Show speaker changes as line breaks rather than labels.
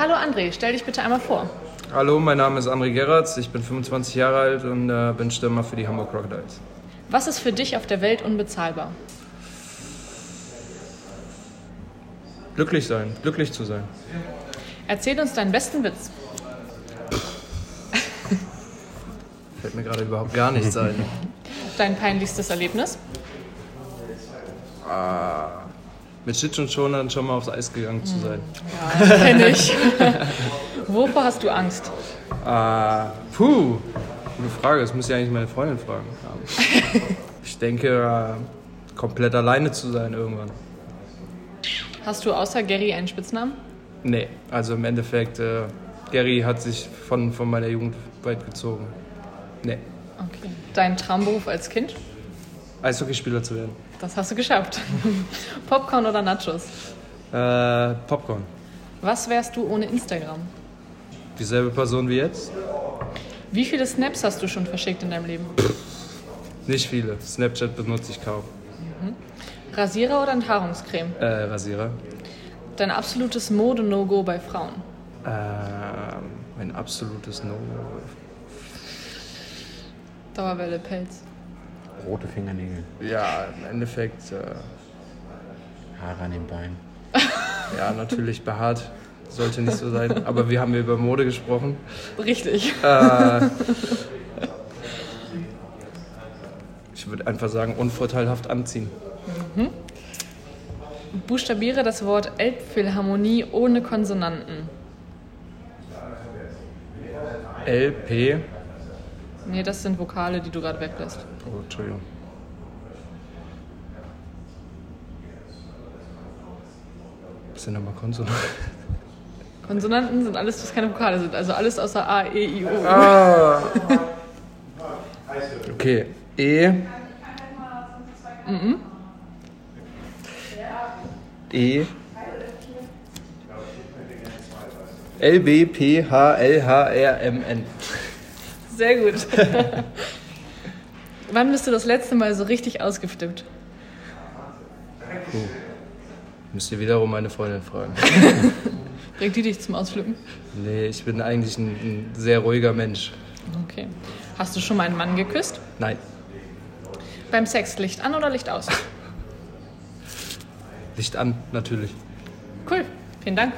Hallo André, stell dich bitte einmal vor.
Hallo, mein Name ist André Gerrards, ich bin 25 Jahre alt und äh, bin Stürmer für die Hamburg Crocodiles.
Was ist für dich auf der Welt unbezahlbar?
Glücklich sein, glücklich zu sein.
Erzähl uns deinen besten Witz.
Fällt mir gerade überhaupt gar nichts ein.
Dein peinlichstes Erlebnis?
Mit Shit und Schonern schon mal aufs Eis gegangen zu sein.
Kenn ich. Wovor hast du Angst?
Ah, puh, gute Frage, das muss ich eigentlich meine Freundin fragen. Aber ich denke, äh, komplett alleine zu sein irgendwann.
Hast du außer Gary einen Spitznamen?
Nee, also im Endeffekt, äh, Gary hat sich von, von meiner Jugend weit gezogen. Nee,
Okay. Dein Traumberuf als Kind?
Eishockeyspieler zu werden.
Das hast du geschafft. Popcorn oder Nachos?
Äh, Popcorn.
Was wärst du ohne Instagram?
Dieselbe Person wie jetzt?
Wie viele Snaps hast du schon verschickt in deinem Leben?
Nicht viele. Snapchat benutze ich kaum.
Rasierer oder Enthaarungscreme?
Äh, Rasierer.
Dein absolutes Mode-No-Go bei Frauen?
Ähm, mein absolutes No.
Dauerwelle, Pelz.
Rote Fingernägel,
Ja, im Endeffekt, äh,
Haare an den Beinen.
ja, natürlich behaart. Sollte nicht so sein. Aber wir haben ja über Mode gesprochen.
Richtig.
Äh, ich würde einfach sagen, unvorteilhaft anziehen.
Buchstabiere das Wort Elbphilharmonie ohne Konsonanten.
LP.
Nee, das sind Vokale, die du gerade weglässt.
Oh, Entschuldigung. Das sind nochmal Konsonanten.
Konsonanten sind alles, was keine Vokale sind. Also alles außer A, E, I, O.
Ah. Okay. E. E. L, B, P, H, L, H, R, M, N.
Sehr gut. Wann bist du das letzte Mal so richtig ausgeflippt?
Müsst ihr wiederum meine Freundin fragen.
Bringt die dich zum Ausflippen?
Nee, ich bin eigentlich ein, ein sehr ruhiger Mensch.
Okay. Hast du schon mal einen Mann geküsst?
Nein,
Beim Sex Licht an oder Licht aus?
Licht an, natürlich.
Cool. Vielen Dank.